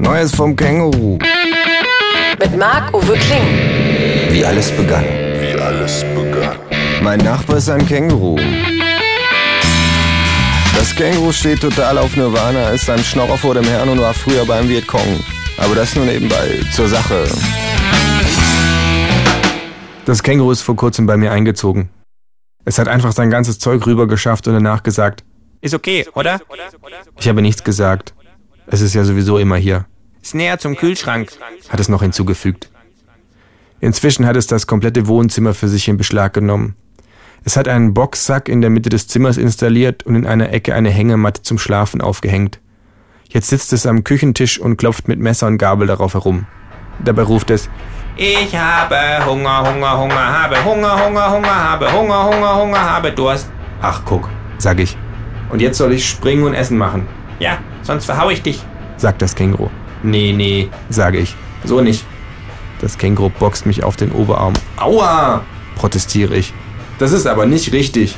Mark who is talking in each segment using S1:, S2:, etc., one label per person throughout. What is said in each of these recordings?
S1: Neues vom Känguru.
S2: Mit Marc-Uwe Kling.
S1: Wie alles begann.
S3: wie alles begann.
S1: Mein Nachbar ist ein Känguru. Das Känguru steht total auf Nirvana, ist ein Schnorrer vor dem Herrn und war früher beim Vietcong. Aber das nur nebenbei, zur Sache. Das Känguru ist vor kurzem bei mir eingezogen. Es hat einfach sein ganzes Zeug rübergeschafft und danach gesagt,
S4: Ist okay, oder?
S1: ich habe nichts gesagt. Es ist ja sowieso immer hier,
S4: Ist näher zum Kühlschrank.
S1: hat es noch hinzugefügt. Inzwischen hat es das komplette Wohnzimmer für sich in Beschlag genommen. Es hat einen Boxsack in der Mitte des Zimmers installiert und in einer Ecke eine Hängematte zum Schlafen aufgehängt. Jetzt sitzt es am Küchentisch und klopft mit Messer und Gabel darauf herum. Dabei ruft es,
S4: Ich habe Hunger, Hunger, Hunger, habe Hunger, Hunger, Hunger, habe Hunger, Hunger, Hunger, habe Durst.
S1: ach guck, sag ich. Und jetzt soll ich springen und Essen machen,
S4: Ja, sonst verhau ich dich.
S1: sagt das Känguru. Nee, nee, sage ich. So nicht. Das Känguru boxt mich auf den Oberarm. Aua, protestiere ich. Das ist aber nicht richtig,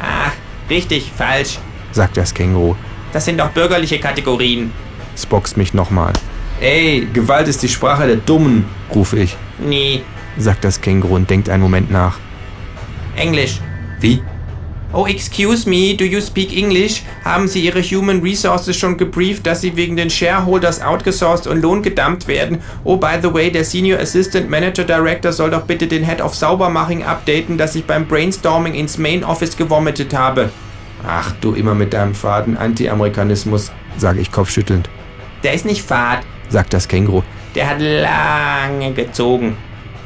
S4: Ach, richtig, falsch.
S1: sagt das Känguru.
S4: Das sind doch bürgerliche Kategorien.
S1: Es boxt mich nochmal. Ey, Gewalt ist die Sprache der Dummen, rufe ich,
S4: Nee,
S1: sagt das Känguru und denkt einen Moment nach.
S4: Englisch.
S1: Wie?
S4: Oh, excuse me, do you speak English? Haben Sie Ihre Human Resources schon gebrieft, dass Sie wegen den Shareholders outgesourced und Lohn gedumpt werden? Oh, by the way, der Senior Assistant Manager Director soll doch bitte den Head of Saubermaching updaten, dass ich beim Brainstorming ins Main Office gewomitet habe.
S1: Ach, du immer mit deinem faden Anti-Amerikanismus, sage ich kopfschüttelnd,
S4: Der ist nicht fad,
S1: sagt das Känguru.
S4: der hat lange gezogen.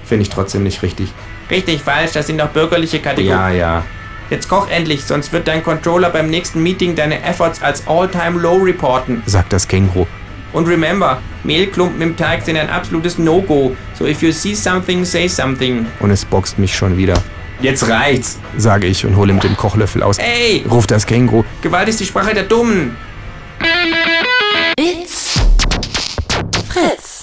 S1: Finde ich trotzdem nicht richtig.
S4: Richtig falsch, das sind doch bürgerliche Kategorien.
S1: Ja, ja.
S4: Jetzt koch endlich, sonst wird dein Controller beim nächsten Meeting deine Efforts als All-Time-Low reporten.
S1: sagt das Känguru.
S4: Und remember, Mehlklumpen im Teig sind ein absolutes No-Go. So if you see something, say something.
S1: Und es boxt mich schon wieder,
S4: Jetzt reicht's.
S1: sage ich und hole mit dem Kochlöffel aus.
S4: Ey,
S1: Ruft das Känguru.
S4: Gewalt ist die Sprache der Dummen.
S2: It's Fritz.